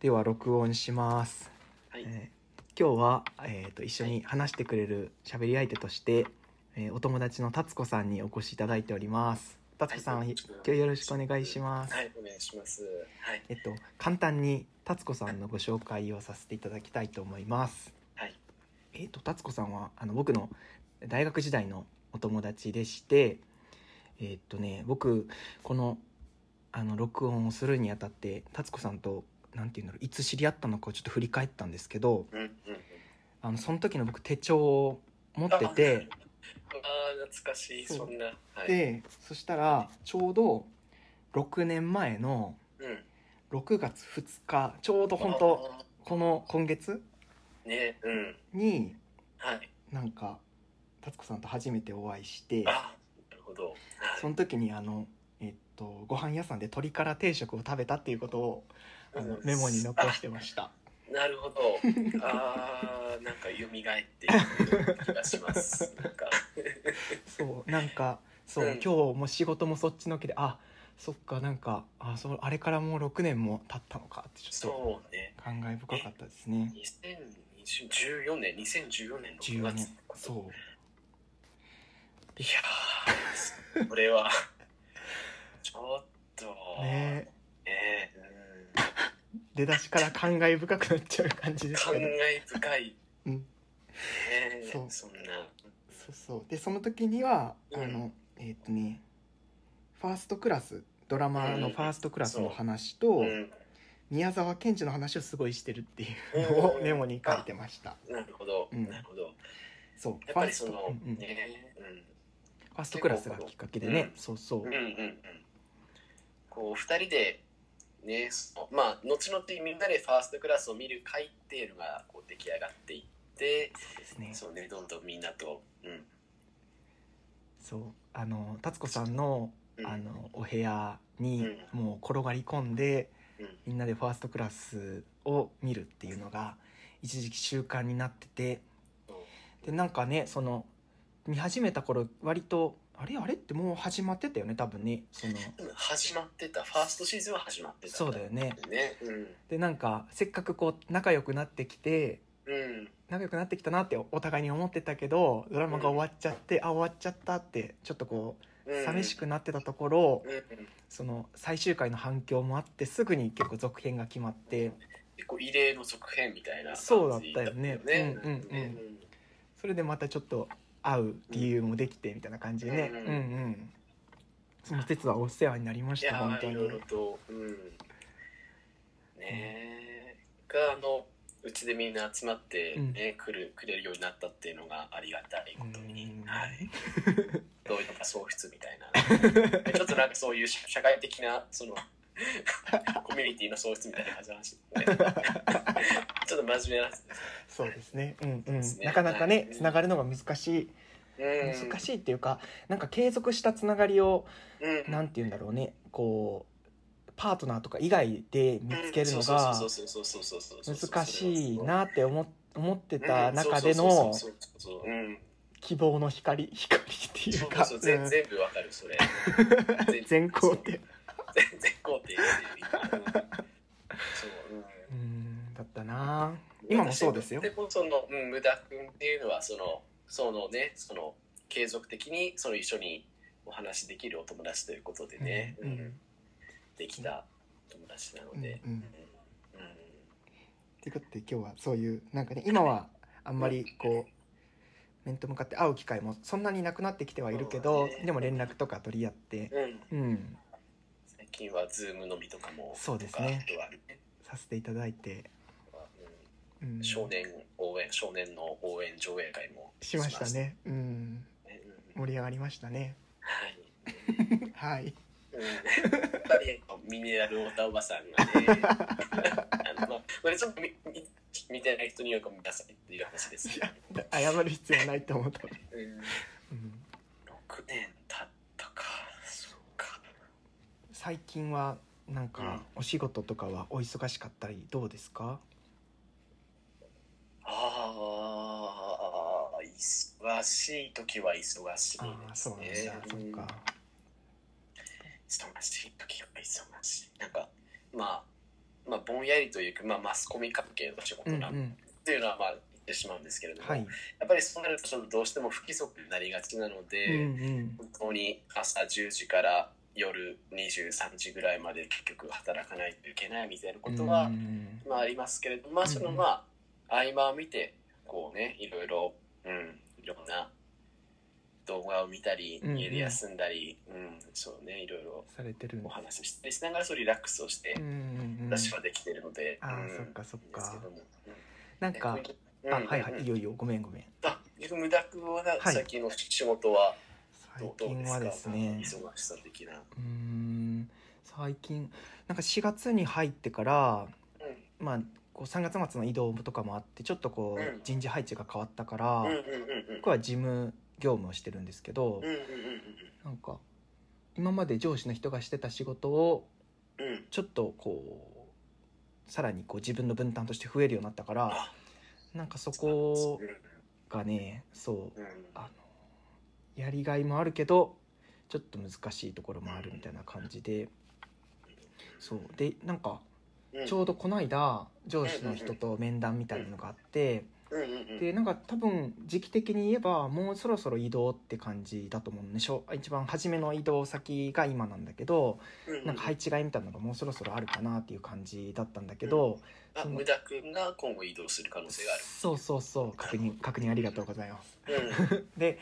では録音します、はい、えー今日は、えー、と一緒に話してくれる喋り相手として、えーお友達の達子さんにお越しいただいております達子さん、はい今日よろしくお願いします、はい、お願いします。はい、えっと簡単に達子さんのご紹介をさせていただきたいと思いますはい、えっと達子さんはあの僕の大学時代のお友達でしてえっとね僕このあの録音をするにあたって達子さんとなんていうんだろういつ知り合ったのかをちょっと振り返ったんですけどうん、うん、うん。あのその時の僕手帳を持っててああ、懐かしい、そうそんな。はい、でそしたらちょうど6年前のうん、 6月2日ちょうど本当あこの今月ー。ね、うん、にはい、なんか達子さんと初めてお会いしてあー、なるほど。はいその時にあのえっとご飯屋さんで鶏から定食を食べたっていうことをあのうんメモに残してま したなるほ ど。ああ、なんか蘇っている気がし ます。なんか。そうなんかそう、うん今日も仕事もそっちのけであそっかなんかあそうあれからもう6年も経ったのかってちょっとそうね。感慨深かったですね2014年、2014年14 6年月。そういやー、これは、 ちょっと、ねねうん。出だしから感慨深くなっちゃう感じです感けど、慨深いねうん、えそうそんなそうそうでその時には、うんあのえっ、とねファーストクラスドラマのファーストクラスの話と、うん宮沢賢治の話をすごいしてるっていうのをう んメモに書いてました、なるほど、うんなるほどそうやっファぱーりスそトの、うんうんフねァーストクラスがきっかけでね、うそうそう、うんうんうんうんこう二人でねそのまあ後々みんなでファーストクラスを見る会っていうのがこう出来上がっていってそうですねそうねどんどんみんなと、うんそうあの達子さんのうん、あのお部屋にもう転がり込んで、うんみんなでファーストクラスを見るっていうのが一時期習慣になっててでなんかねその見始めた頃割とあれあれってもう始まってたよね多分ねそのうん始まってたファーストシーズンは始まってたそうだよねねうんでなんかせっかくこう仲良くなってきてうん仲良くなってきたなってお互いに思ってたけどドラマが終わっちゃって、あ終わっちゃったってちょっとこううん寂しくなってたところ、うんうんその最終回の反響もあってすぐに結構続編が決まって結構異例の続編みたいなそうだったよね感じだったよねうんうんうんそれでまたちょっと会う理由もできてみたいな感じでね、うんうんうんその節はお世話になりまいしたや本当ーいにろいろと、うん、ねえがあのうちでみんな集まって、ね来るくれるようになったっていうのがありがたいことに、うんはい、どういうのか喪失みたいなちょっとなんかそういう社社会的なそのコミュニティの喪失みたいな感じの話、ね、ちょっと真面目な話そうですねうんうんですねなかなかねうんつながるのが難しいです、難しいっていうかなんか継続したつながりをうん、なんて言うんだろうねこうパートナーとか以外で見つけるのがそうそうそうそうそうそうそうそう難しいなって思っ思ってうんた中でのそうそうそうそううん希望の光 光っていそううそうかそうう全ん全部わかる それ全全肯定全全肯定っていう意味うんそううんうんだったな今もそうですよでもその、うん、無駄君っていうのはそのそのねその継続的にその一緒にお話しできるお友達ということでね、うんうんできた友達なので、うんうんうんっていうことで今日はそういうなんかね今はあんまりこう面と向かって会う機会もそんなになくなってきてはいるけど、そうねでも連絡とか取り合ってうんうんうん最近はズームのみとかもそうですねとかあとはねさせていただいて、ううん、ん少年応援少年の応援上映会もしましたねうんしましたね。うん盛り上がりましたねはい。はいうんやっぱりミネラルウォーターおばさんがね、あのまあこれちょっとみみ見てない人にはごめんなさいっていう話ですけど、謝る必要はないと思 った、うん、うん、 6年経ったか、そっか。最近はなんかお仕事とかはお忙しかったりどうですかああ、忙しい時は忙しいああーでそうすなんだ、ね。そうか忙しい時は忙しいなんかまあまあぼんやりというか、まあ、マスコミ関係の仕事うんうなんんていうのはまあ言ってしまうんですけれども、はいやっぱりそうなるとちょっとどうしても不規則になりがちなのうんで、うん本当に朝10時から夜23時ぐらいまで結局働かないといけないみたいなことは、うんまあありますけれども、まあそのうんまあ、合間を見て、こうね、いろいろ、うん、いろんな動画を見たり、うん家で休んだり、うん、そうね、いろいろされてるんおだ話ししたりしながら、そうリラックスをしてうん、うんうん私はできてるので、あうんーそっかそっでかすけども。うんなんか逆にあうんはいはういいんいよいいよごめんごめんあ、逆に無駄久保な、はい最近の仕事は最どどう近ですはかですね忙しさ的な。うーん最近なんか4月に入ってからうまあこう3月末の移動とかもあってちょっとこううん人事配置が変わったから、んうんうんうん僕は事務業務をしてるんですけど、うんうんうんうんなんか今まで上司の人がしてた仕事をうんうんちょっとこうさらにこう自分の分担として増えるようになったからあなんかそこうんがねそううんあのやりがいもあるけどちょっと難しいところもあるみたいな感じでそうでなんかうんちょうどこの間上司の人と面談みたいなのがあってうんうんうんでなんか多分時期的に言えばもうそろそろ移動って感じだと思うのねしょ一番初めの移動先が今なんだけどなんか配置換えみたいなのがもうそろそろあるかなっていう感じだったんだけど、あ無駄君が今後移動する可能性がそうそうそう確認確認ありがとうございますあ る。で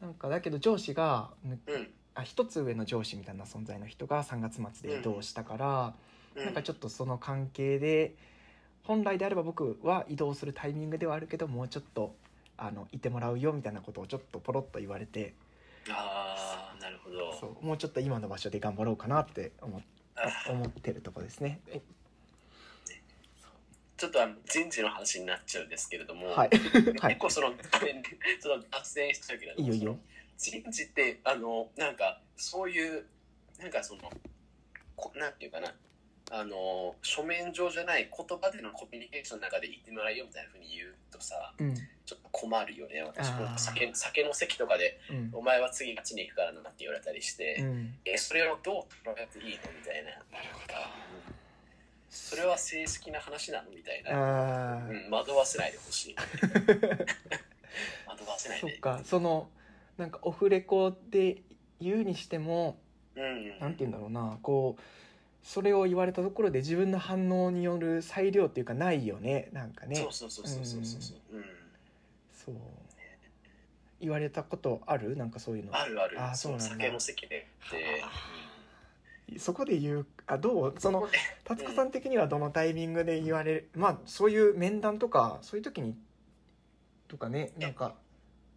なんかだけど上司がぬうんうんあ一つ上の上司みたいな存在の人が3月末で移動したから、うんなんかちょっとその関係で本来であれば僕は移動するタイミングではあるけどもうちょっとあのいてもらうよみたいなことをちょっとポロッと言われてああなるほど。そうもうちょっと今の場所で頑張ろうかなって思っあ思ってるとこですね。ちょっとあの人事の話になっちゃうんですけれども、はい、 は結い、構そのその脱線しちゃうけど、いいよいいよ。人事ってあのなんかそういうなんかそのこなんていうかなあの書面上じゃない言葉でのコミュニケーションの中で言ってもらえよみたいなふうに言うとさうんちょっと困るよね私あーも酒酒の席とかでうん「お前は次あっちに行くからな」って言われたりして、うんえそれをどう捉えていいのみたいななるほどそれは正式な話なのみたいあな、うーん、惑わせないでほ しい惑わせないそっでかそのなんかオフレコで言うにしてもうんうんなんて言うんだろうなこうそれを言われたところで自分の反応による裁量っていうかないよねなんかねそうそうそうそうそうそうそう、うん、そう言われたことあるなんかそういうのあるあるあーそうなんだの酒の席でってはそこで言うあどうその達子さん的にはどのタイミングで言われるまあそういう面談とかそういう時にとかねなんか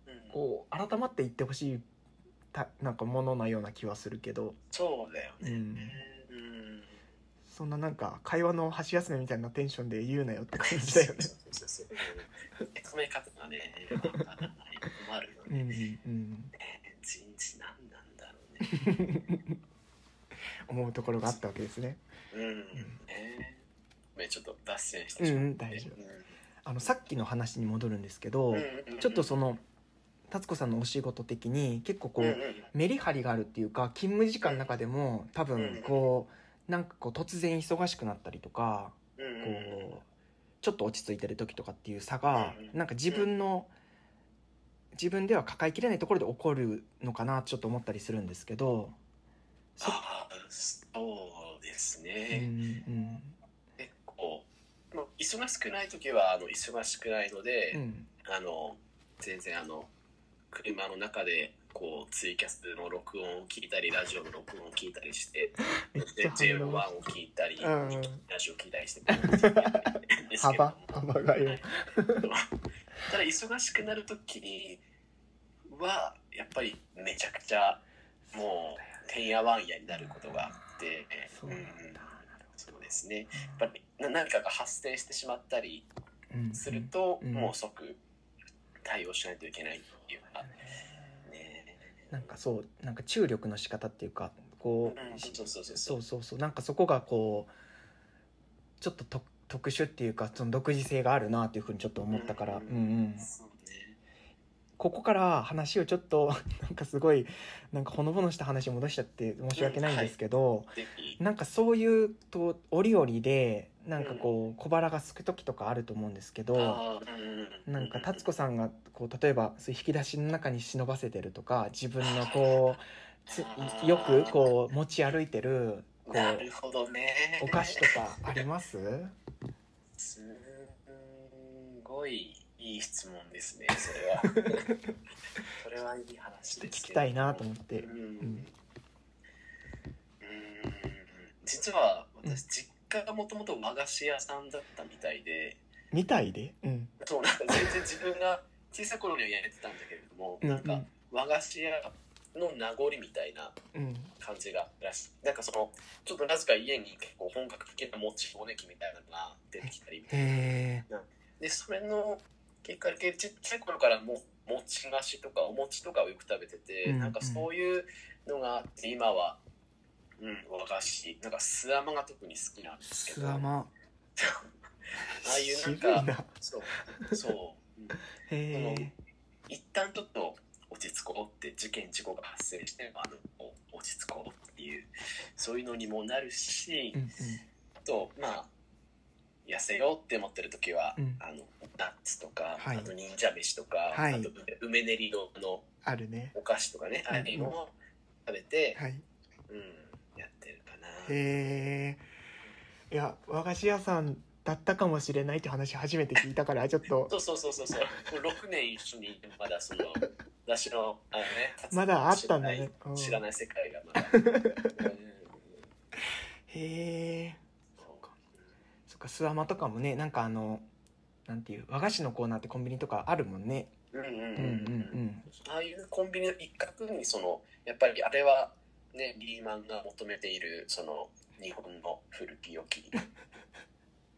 うんこう改まって言ってほしいたなんかものなような気はするけどそうだようねんうんそんななんか会話の箸休めみたいなテンションで言うなよって感じだよね。そうそうそうそう受け止め方がねわからない困るようんうねんうん、人事何なんだろうね思うところがあったわけですね。うんねごめんちょっと脱線しうてんしうまっん、大て丈夫。あのさっきの話に戻るんですけど、うんちょっとその達子さんのお仕事的に結構こう、うんうんメリハリがあるっていうか勤務時間の中でも多分こうなんかこう突然忙しくなったりとかうんうんうんこうちょっと落ち着いてる時とかっていう差がうんなんか自分の自分では抱えきれないところで起こるのかなってちょっと思ったりするんですけどそああそうですうんうね、ん結構まあ忙しくない時はあの忙しくないので、うんあの全然あの車の中でこうツイキャスの録音を聞いたりラジオの録音を聞いたりしてめっちでゃ反応 JO1 を聞いたり、うんラジオ聞いたりしてですけど幅幅がよただ忙しくなる時はやっぱりめちゃくちゃもうてんやわんやになることがあってそうなんだなるそうですねやっぱりな何かが発生してしまったりほどうんすると、うんもう即対応しないといけないっていうかねなんかそうなんか注力の仕方っていうかこうんうしそうそうそうそそううそうそうなんかそこがこうちょっとと特殊っていうかその独自性があるなっていうふうにちょっと思ったから、ううんんうんそうねここから話をちょっとなんかすごいなんかほのぼのした話戻しちゃって申し訳ないんですけど、ぜひ。なんかそういうと折々でなんかこう小腹が空く時とかあると思うんですけど、あーうなんか達子さんがこう例えばそういう引き出しの中に忍ばせてるとか自分のこう つよくこう持ち歩いてるこなるうほどね。お菓子とかありますすんごいいい質問ですね、それは。それはいい話聞できすけどたいなと思っうてん。うん実は私、実家がもともと和菓子屋さんだったみたいで、みたいでうんそうなんか全然自分が小さい頃にはやれてたんだけれども、うんうなんかん和菓子屋の名残みたいなうん感じがらしい。なんかその、ちょっとなぜか家に結構本格的なもちおねきみたいなのが出てきたりへえでそれの結果的にちっちゃい頃からももち菓子とかお餅とかをよく食べてて、うんなんかそういうのがあって今は、うん、和菓子なんかスアマが特に好きなんですけすど わまああいうなん渋いかなそうそう、うんへえ一旦ちょっと落ち着こうって事件事故が発生してあのお落ち着こうっていうそういうのにもなるし、うんあとまあ痩せようって思ってる時は、うんあのナッツとか、はいあと忍者飯とか、はいあと梅練りのあのあるねお菓子とかねうんああいうのを食べて、はいうんやってるかな。へえいや和菓子屋さんだったかもしれないって話初めて聞いたからちょっとそうそうそうそうそう。もう6年一緒にいてまだその私のあのね まだあったんだねうん知らない世界がま だ。うんへえそっかスワマとかもねなんかあのなんていう和菓子のコーナーってコンビニとかあるもんねうんううんんううんうんんああいうコンビニの一角にそのやっぱりあれはねリーマンが求めているその日本の古き良 き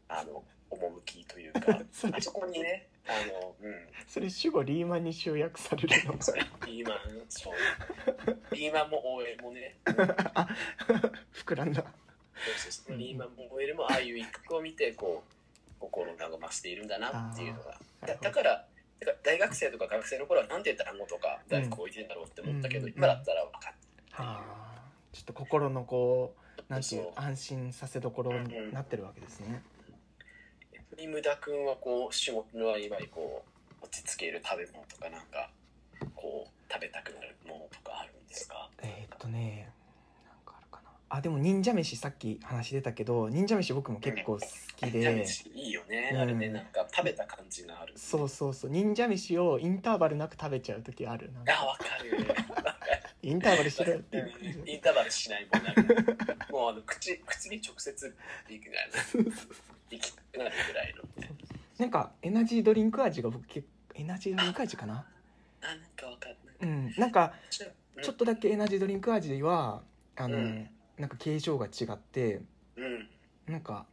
あの趣というかそれあそこにねあの、うん、それ主語リーマンに集約されるの リーマンそうリーマンも OL もねあ膨らんだそうそうそうリーマンも OL もああいう一角を見てこう心を和ませているんだなっていうのがだだからだから大学生とか学生の頃はなんで団子とか大福置いてんだろうって思ったけど、うん今だったら分かっはあちょっと心のこうなんていうそう安心させどころになってるわけですね逆に無駄くんはこう仕事の合間にこう落ち着ける食べ物とかなんかこう食べたくなるものとかあるんですかえーっとねなんかあるかなあでも忍者飯さっき話出たけど忍者飯僕も結構好きいやでいいよね、うんあれねなんか食べた感じがあるそうそうそう忍者飯をインターバルなく食べちゃう時あるなんかあわかるインターバルしろよっていううんインターバルしないもんなるもうあの口口に直接いくぐらいのいきくなるぐらいのなんかエナジードリンク味が僕結構エナジードリンク味かなあなんかわかんないうんなんかちょちょっとだけエナジードリンク味はあの、うんなんか形状が違ってうんなんか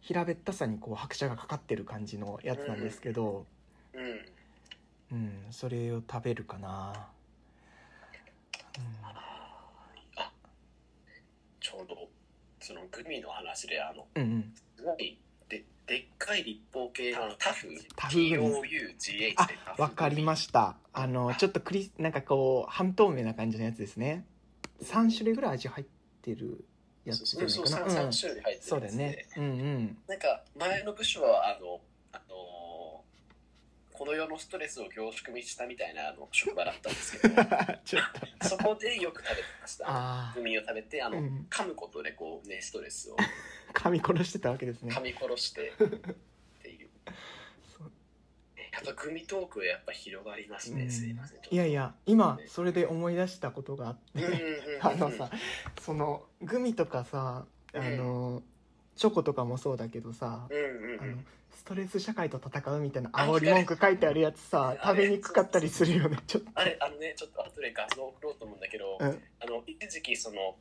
平べったさにこう拍車がかかってる感じのやつなんですけど、うんうんそれを食べるかな、あちょうどそのグミの話であのうん、うんうんすごいででっかい立方形のタフタフグミ TOUGH あわかりまししたあのちょっとクリなんかこう半透明な感じのやつですね3種類ぐらい味入ってるやつじゃないそうかそなう三うん三種類入ってるそうだよねうんうんなんか前の部署はあのあのーこの世のストレスを凝縮にしたみたいなあの職場だったんです けどちょっとそこでよく食べてましたあグミを食べてああ、の、うん、噛むことでこうねストレスを噛み殺してたわけですね噛み殺してっていうそうやっぱグミトークはやっぱ広がりますね、うんすいませんいやいや今それで思い出したことがあっうんうんうんてう んあのさそのグミとかさあのチョコとかもそうだけどさうんうんあうのんストレス社会と戦うみたいなあ煽り文句書いてあるやつさあ食れべにくかったりするよねちょっとあれあのねちょっと後で画像送ろうと思うんだけど、うんあの一時期その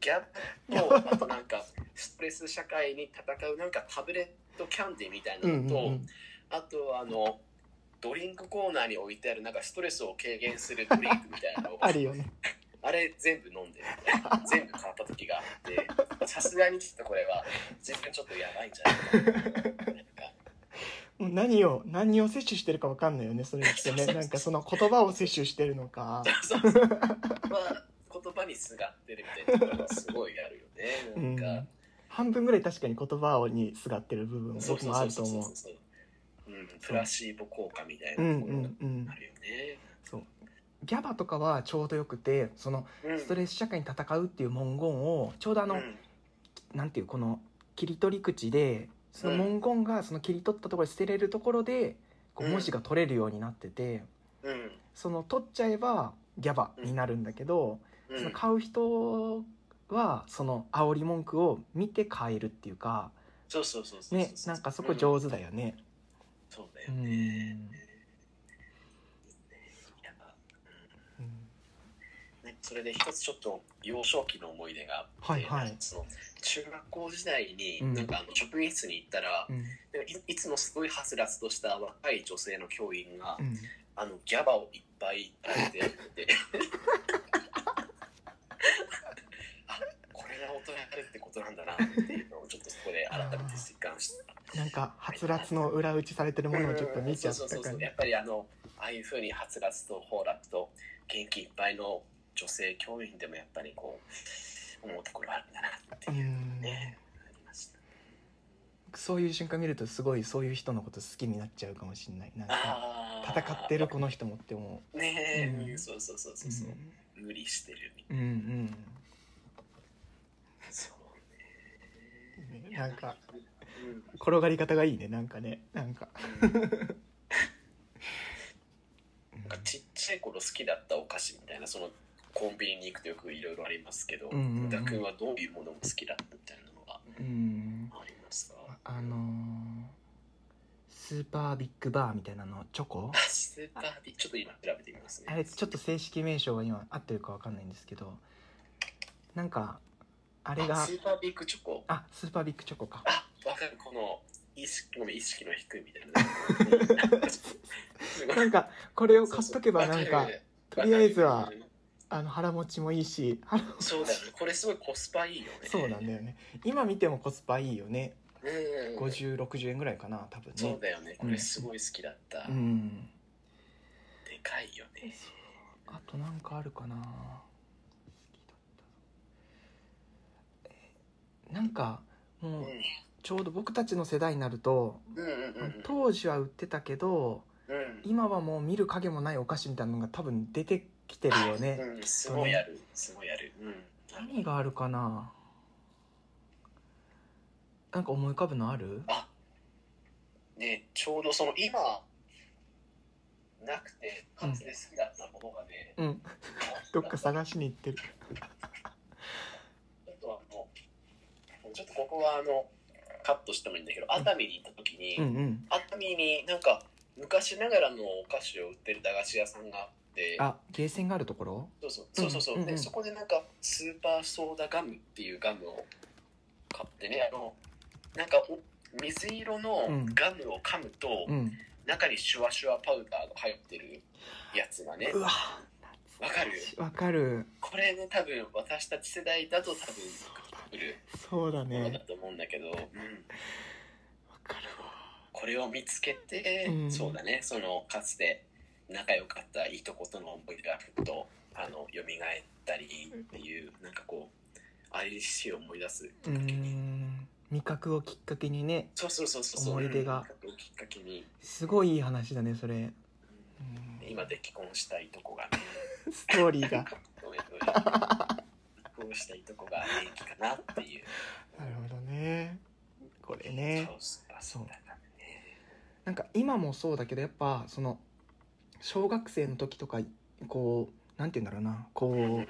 ギャップとあとなんかストレス社会に戦うなんかタブレットキャンディーみたいなうんのうと、んうんあとあのドリンクコーナーに置いてあるなんかストレスを軽減するドリンクみたいなのを あるよねあれ全部飲ん でるみたいな全部買った時があってさすがにちょっとこれは自分ちょっとやばいんじゃないかななんか何を何を摂取してるかわかんないよねそれってねなんかその言葉を摂取してるのか そうそうそうまあ言葉にすがってるみたいなところがすごいあるようねんなんか、半分ぐらい確かに言葉をにすがってる部分もそう僕そうもあそうるそとうそう思そうううん、プラシーボ効果みたいうなんとうころがんうんあるよね、ギャバとかはちょうどよくてそのうんストレス社会に戦うっていう文言をちょうどあの、うんなんていうこの切り取り口でその文言がその切り取ったところで捨てれるところでこううん文字が取れるようになっててうんその取っちゃえばギャバになるんだけど、うんその買う人はその煽り文句を見て買えるっていうかそうそうそうそうねなんかそこ上手だよね。うんそうだうよんね、いやうんね、それで一つちょっと幼少期の思い出があって、はいはいその中学校時代にうんなんかあの職員室に行ったら、うんなんかいいつもすごいはつらつとした若い女性の教員が、うんあのギャバをいっぱいやってやっててあこれが大人になるってことなんだなっていうのをちょっとそこで改めて実感した。なんかはつらつの裏打ちされてるものをちょっと見ちゃっうんたそうそうそう感そうじやっ。ぱりあのああいうふうにはつらつと放楽と元気いっぱいの女性教員でもやっぱりこう思うところあるんだなってういうんね、ありましたそういう瞬間見るとすごいそういう人のこと好きになっちゃうかもしれないなんかあー戦ってるこの人もって思うねえ、うんうんそうそうそうそうそう、無理してるみうんうんたいなそううんねなんかうん転がり方がいいねなんかねなんかなんかちっちゃい頃好きだったお菓子みたいなそのコンビニに行くとよくいろいろありますけどうんうんうん宇田君はどういうものも好きだったみたいなのがうんありますかあのースーパービッグバーみたいなのチョコあスーパービちょっと今調べてみますねあれちょっと正式名称が今合ってるかわかんないんですけどなんかあれがスーパービッグチョコあスーパービッグチョコかあわかるこの意識ごめん意識の低いみた いなすごいなんかこれを買っとけばなんわかかるとりあえずわはかるあの腹持ちもいいし腹そうだよねこれすごいコスパいいよねそうなんだよね今見てもコスパいいよねうん5060円ぐらいかな多分そうねだよねこれすごい好きだった、うんでかいよねあとなんかあるかな好きだったえなんかうもんうちょうど僕たちの世代になるとうんうんうん当時は売ってたけどうん今はもう見る影もないお菓子みたいなのが多分出てきてるよねうん、すごいある、すごいある。うん。何があるかななんか思い浮かぶのあるあ。ね、ちょうどその今。なくて、かつて好きだったものがね。うんどっか探しに行ってるちょっとあの。ちょっとここはあの。カットしてもいいんだけど、熱海に行った時に、うんうん熱海になんか。昔ながらのお菓子を売ってる駄菓子屋さんがあって。あゲーセンがあるところそうそうそうそうそう、うんうんうんでそこでなんかスーパーソーダガムっていうガムを買ってねあのなんかお水色のガムを噛むと、うん中にシュワシュワパウダーが入ってるやつがねうわわかるわかるこれね多分私たち世代だと多分来るそうだものだねと思うんだけど、うんわかるわこれを見つけて、うんそうだねそのかつて仲良かったいいとことの思い出がふっとあの蘇ったりっていうなんかこう愛しい思い出すうーん味覚をきっかけにねそうそうそうそうそう思い出がうんきっかけにすごいいい話だねそれうん今で既婚したいとこがねストーリーがごめんごめん既婚したいとこが元気かなっていうなるほどねこれねそうそうあそうだからねなんか今もそうだけどやっぱその小学生の時とかこうなんて言うんだろうなこう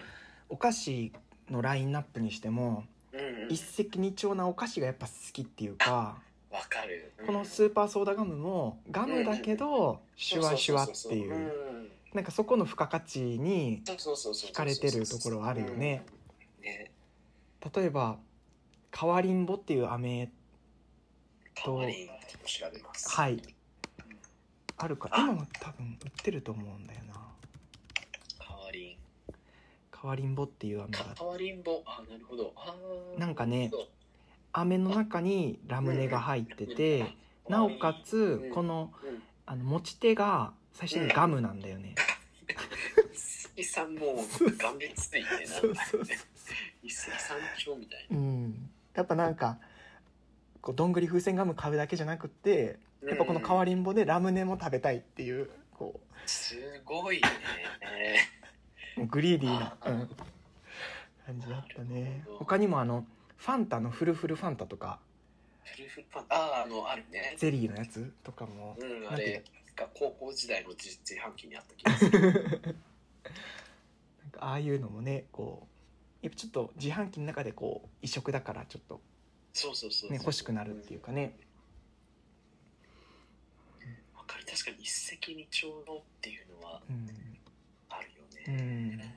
お菓子のラインナップにしてもうんうん一石二鳥なお菓子がやっぱ好きっていうかわかるこのスーパーソーダガムもガムだけどシュワシュワっていうなんかそこの付加価値に惹惹かれてるところはあるよねね例えば「かわりんぼ」っていう飴かわりん調べますはいあるかあ今も多分売ってると思うんだよなかわり「かわりんぼ」っていう飴んがあかってかわりんぼあなるほどあーなんかねなるほど飴の中にラムネが入っててなおかつうんこのうんあの持ち手が最初にガムなんだよね、石井さんもう顔面ついてな そうそうそう石井さん今日みたいうんやっぱなんかこうどんぐり風船ガム買うだけじゃなくってなやっぱこの変わりんぼでラムネも食べたいっていうこうんすごいねうもうグリーディーな、あーうん感じだったねなるほど他にもあのファンタのフルフルファンタとかフルフルパンあああのあるねゼリーのやつとかもうんなんあていうれが高校時代の自自販機にあった気 がするなんかああいうのもねこうやっぱちょっと自販機の中でこう異色だからちょっと、そうそうそうそうね、欲しくなるっていうかねわかる確かに一石二鳥のっていうのはうん、あるようね、ん、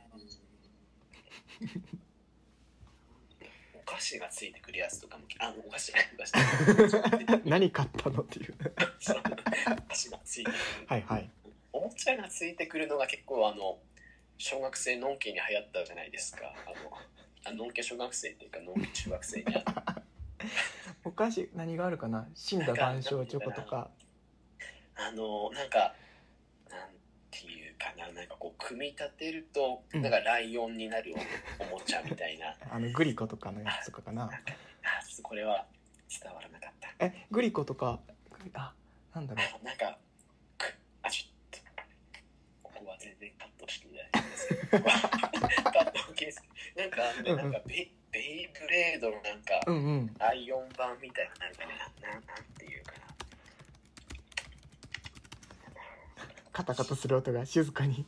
お菓子がついてくるやつとかもあお菓子がお菓 子何買ったのっていうそうお菓子がついてくる はいはいおもちゃがついてくるのが結構あの小学生のんきに流行ったじゃないですかあのあのんき小学生っていうかのんき中学生にあったお菓子何があるかな死んだ万象チョコとかあのなんかなんていうかななんかこう組み立てるとうんなんかライオンになるおおもちゃみたいな、あのグリコとかのやつとかかなあちょっとこれは伝わらなかったえグリコとかグリあなんだろうあなんかくあちょっとここは全然カットしてないカット OK ですなんかあのねなんかベイベイブレードのなんかうんうんライオン版みたいな、なんかね、ななんていうかな。カタカタする音が静か に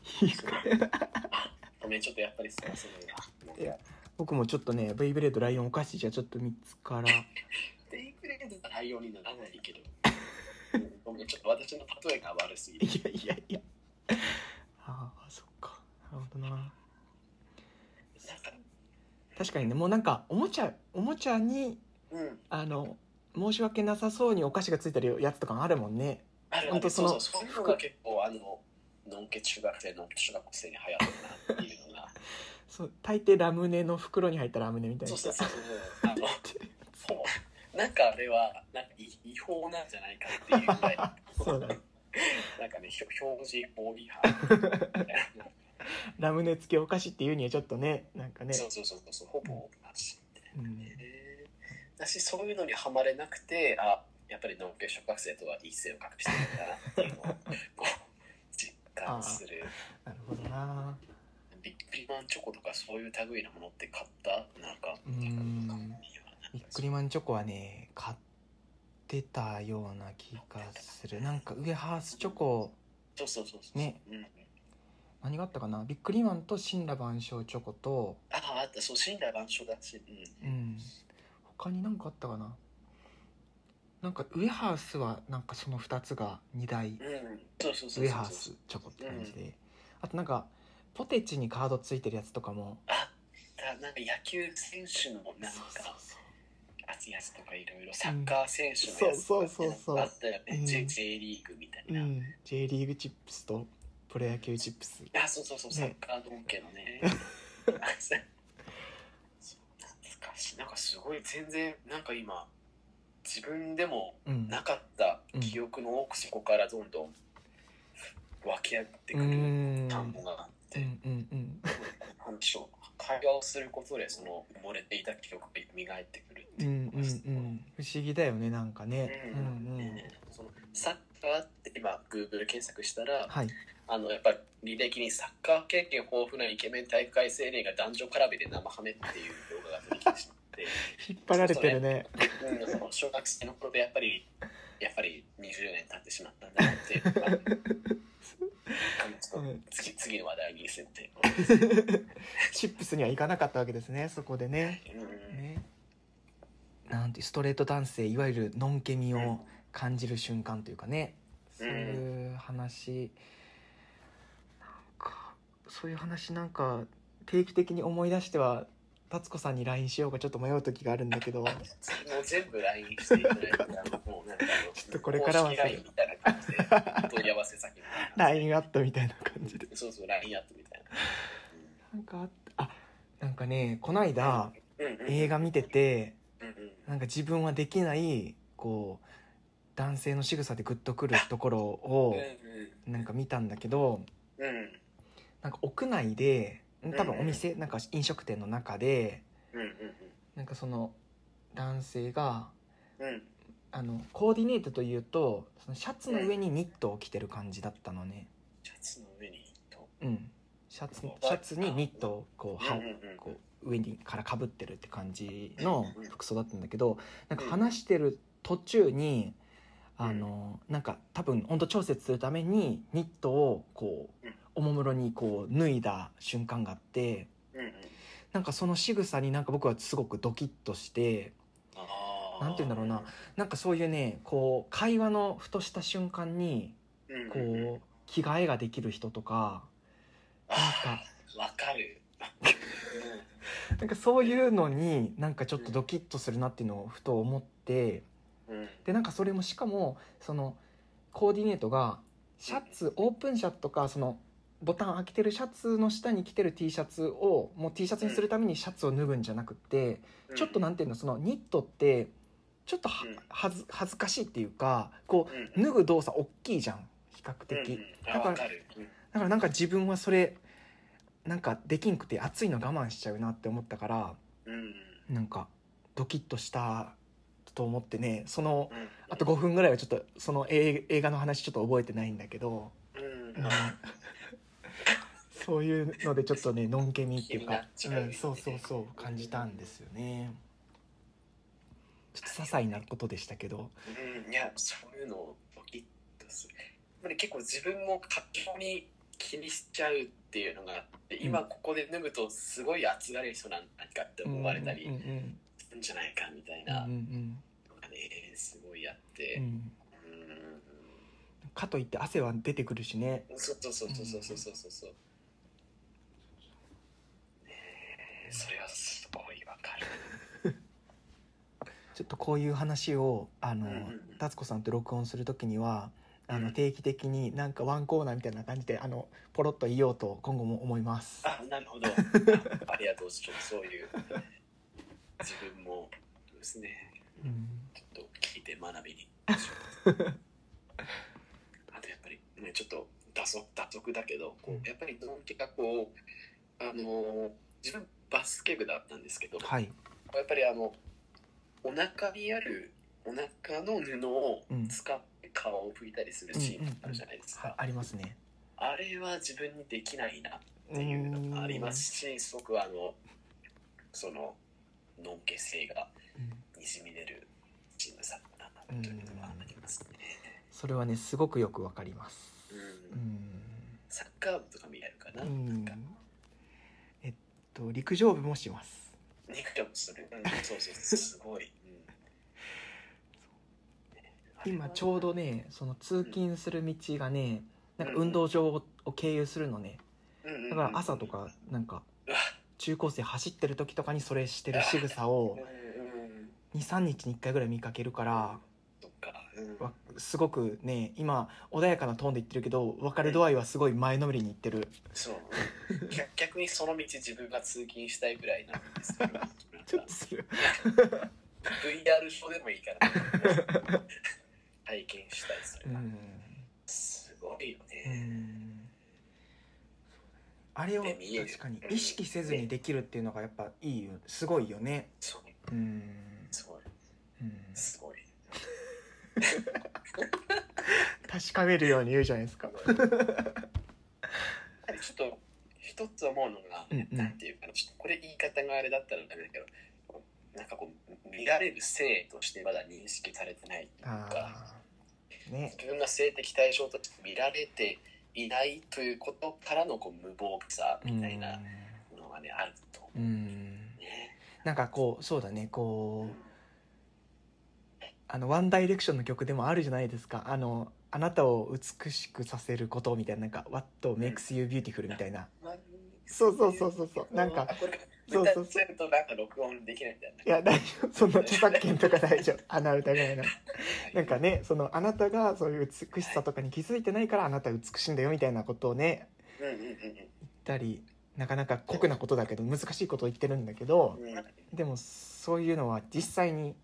ごめん、ちょっとやっぱりすみませんいや僕もちょっとねベイブレードライオンお菓子じゃちょっと見つからテイクレードのライオンにならないけど。うんごめん、ちょっと私の例えが悪すぎいやる。いやいやああそっかなるほどななんか、確かにねもうなんかおもちゃおもちゃにうん、あの申し訳なさそうにお菓子がついてるやつとかもあるもんねあるほあんとる、そそうのそう、そういうのが結構、あの、のんけ中学生、のんけ中学生に流行ってるなっていうのが。そう大抵ラムネの袋に入ったラムネみたいそなうそうそうそう、あの、そう、なんかあれは、なんか違違法なんじゃないかっていうぐらい。そうだねなんかね、ひょ表示法違反みたいな。ラムネ付きお菓子っていうにはちょっとねなんかねそうそうそうそうほぼ同じうんへーだしそういうのにはまれなくてあやっぱり農業小学生とは一線を隠してるんだなっていうのをこう実感するなるほどなビックリマンチョコとかそういう類のものって買ったなんかうんビックリマンチョコはね買ってたような気がするなんか上ハースチョコそうそうそうそうねうん、何があったかなビックリマンと神羅万象チョコとあああったそう死んだ万象だし、うんうん他に何かあったかななんかウエハースはなんかその2つが2台うん、そうそうそうそうウエハースチョコって感じで、あとなんかポテチにカードついてるやつとかもあだなんか野球選手のなんそうそうかそう熱いやつとかいろいろサッカー選手のやつそとうそうそうそうかあったよね、うん J, J リーグみたいうな、ん J リーグチップスとプロ野球チップスあそうそうそう、ねサッカードン家の ねそう懐かしいなんかすごい全然なんか今自分でもうんなかった記憶の奥底からどんどん湧き上がってうくんうるん単語があっうて、んうんなんでしょう会話をすることでその埋もれていた記憶が磨いてくるってうんういんううのがすごいん不思議だよねなんかねうんうんそのサッカーって今 Google で検索したらはいあのやっぱり履歴にサッカー経験豊富なイケメン体育会青年が男女絡みで生ハメっていう動画が出てきてしまって、 引っ張られてるねうん、その小学生の頃でやっぱりやっぱり20年経ってしまったんだ なっていうのがあのちょっとうん次次の話題に移って、チップスには行かなかったわけですねそこでねうん、ねなんてストレート男性いわゆるノンケミうんを感じる瞬間というかねそういう話なんかそういう話なんか定期的に思い出しては達子さんに LINE しようかちょっと迷う時があるんだけ どもう全部 LINE していただいてもうなんかあのちょっとこれからは公式 LINE みたいな感じで問い合わせ先みたいな LINE アットみたいな感じでそうそう LINE やってみたいななんかあったあなんかねこないだうんうんうん映画見ててうんうんなんか自分はできないこう男性の仕草でグッとくるところをうんなんか見たんだけどうんなんか屋内で多分お店なんか飲食店の中でうんなんかその男性がうんうんあのコーディネートというとそのシャツの上にニットを着てる感じだったのねシャツの上に糸うんシャツシャツにニットをこうはうんうんうんこう上にからかぶってるって感じのうんうん服装だったんだけどなんかうん話してる途中にうんあのなんか多分温度調節するためにニットをこううんおもむろにこう脱いだ瞬間があってうんうんなんかその仕草になんか僕はすごくドキッとしてあーなんて言うんだろうななんかそういうねこう会話のふとした瞬間にうんうんうんこう着替えができる人とかなんあかーわかるうんなんかそういうのになんかちょっとドキッとするなっていうのをふと思ってうんでなんかそれもしかもそのコーディネートがシャツオープンシャツとかそのボタン開けてるシャツの下に着てる T シャツをもう T シャツにするためにシャツを脱ぐんじゃなくて ちょっとなんていうのそのニットってちょっとはうんはず恥ずかしいっていうかこうんうんう脱ぐ動作大きいじゃん比較うんう的んだからあわかるうんだからなんか自分はそれなんかできんくて暑いの我慢しちゃうなって思ったからうんなんかドキッとしたと思ってねそのうんあと5分ぐらいはちょっとその映映画の話ちょっと覚えてないんだけど、うんうんそういうのでちょっとねのんけみっていう気になかっちゃうよねん、そうそうそう感じたんですよねちょっと些細なことでしたけどうんいやそういうのをドキッとするやっぱり結構自分も過剰に気にしちゃうっていうのがあって今ここで脱ぐとすごい熱がれる人なんかって思われたうんりうんうんするんじゃないかみたいうんなうんのがねすごいあっうてんうんかといって汗は出てくるしねそうそうそうそうそうそうそうそうそうねえそれはすごいわかるちょっとこういう話をあの、うんうん達子さんと録音する時にはあうのん定期的になんかワンコーナーみたいな感じであのポロッと言おうと今後も思います。あなる ほどあありがとうちょっとそういう自分もそうですねうんちょっと聞いて 学びにあとやっぱりねちょっと打足打足だけどこうんうやっぱりドンキがこうあのー自分バスケ部だったんですけど、はい、やっぱりあのお腹にあるお腹の布を使って顔を拭いたりするシーンあるじゃないですはか、ありますね。あれは自分にできないなっていうのがありますしすごくあのそののんけ性がうん。にじみ出るチームさんだなというのはありますね。それはねすごくよくわかります。う、うんん。サッカー部とか見れるかな、うなんんか。えっと陸上部もします。肉でもする、うん、そうそうすごい、うん今ちょうどねその通勤する道がねなんかうん運動場をを経由するのね。うんうんうんだから朝とかなんかうわ中高生走ってる時とかにそれしてる仕草をうんうん23日に1回ぐらい見かけるからそっか、うん、わすごくね今穏やかなトーンで言ってるけど別れ度合いはすごい前のめりに言ってるそううん逆 逆にその道自分が通勤したいぐらいなんですけどなんかちょっとする VR ショーでもいいから、 体験したいそれうが、んすごいようね、んあれをね見える確かに意識せずにできるっていうのがやっぱいいよすごいよねそううんすごいうんすごい確かめるように言うじゃないですかやっぱりちょっと一つ思うのが、うんうんなんていうかなちょっとこれ言い方があれだったらダメだけどなんかこう見られる性としてまだ認識されてないというかああね自分が性的対象として見られていないということからのこう無防備さみたいなのがね、あると思うんうんうね。なんかこうそうだねこうんうあのワンダイレクションの曲でもあるじゃないですかあのあなたを美しくさせることみたいななんか「What makes you beautiful」みたいなそうそうそうそうそうなんかあこれそうそうそう歌ってるとなんか録音できないみたいな。いや大丈夫そんな著作権とか大丈夫穴疑いないなんかねそのあなたがそういう美しさとかに気づいてないからあなたは美しいんだよみたいなことをねうんうん言ったりなかなか酷なことだけど難しいことを言ってるんだけどうんうん。でもそういうのは実際に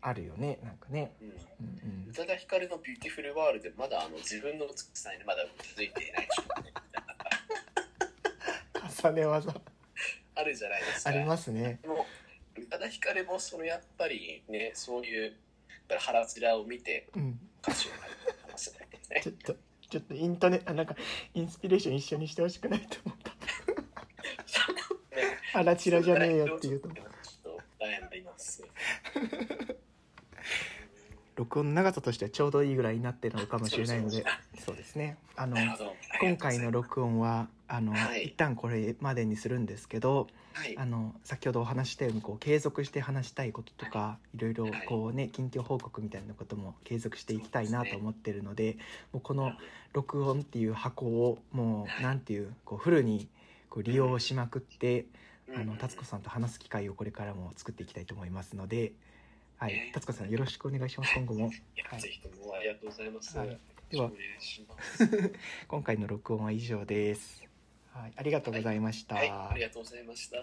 あるよねなんかね、うんうんうん宇、多田ヒカルの「ビューティフルワールド」まだあの自分の美しさにまだ気づいていない人ね重ね 技あるじゃないですか。ありますねでも宇多田ヒカルもそのやっぱりねそういうやっぱり腹つらを見て うん歌手になり ましたね。ちょっとちょっとインタネあなんかインスピレーション一緒にしてほしくないと思った あらちらじゃねえよって言うとちょっと悩んでいます。録音の長さとしてはちょうどいいぐらいになってるのかもしれないのでそうですねあのなるほど。今回の録音はあの、はい一旦これまでにするんですけどはいあの先ほどお話ししたようにこう継続して話したいこととか、い、ろいろこうね近況報告みたいなことも継続していきたいなと思ってるのでもうこの録音っていう箱をもはういなんていうこうフルにこう利用しまくって、うんあの達子さんと話す機会をこれからも作っていきたいと思いますので、はねい、達子さんよろしくお願いします今後もいやぜひともありがとうございます。はいよでろはしくお願いします。今回の録音は以上です。はい、ありがとうございました。はい、ありがとうございました。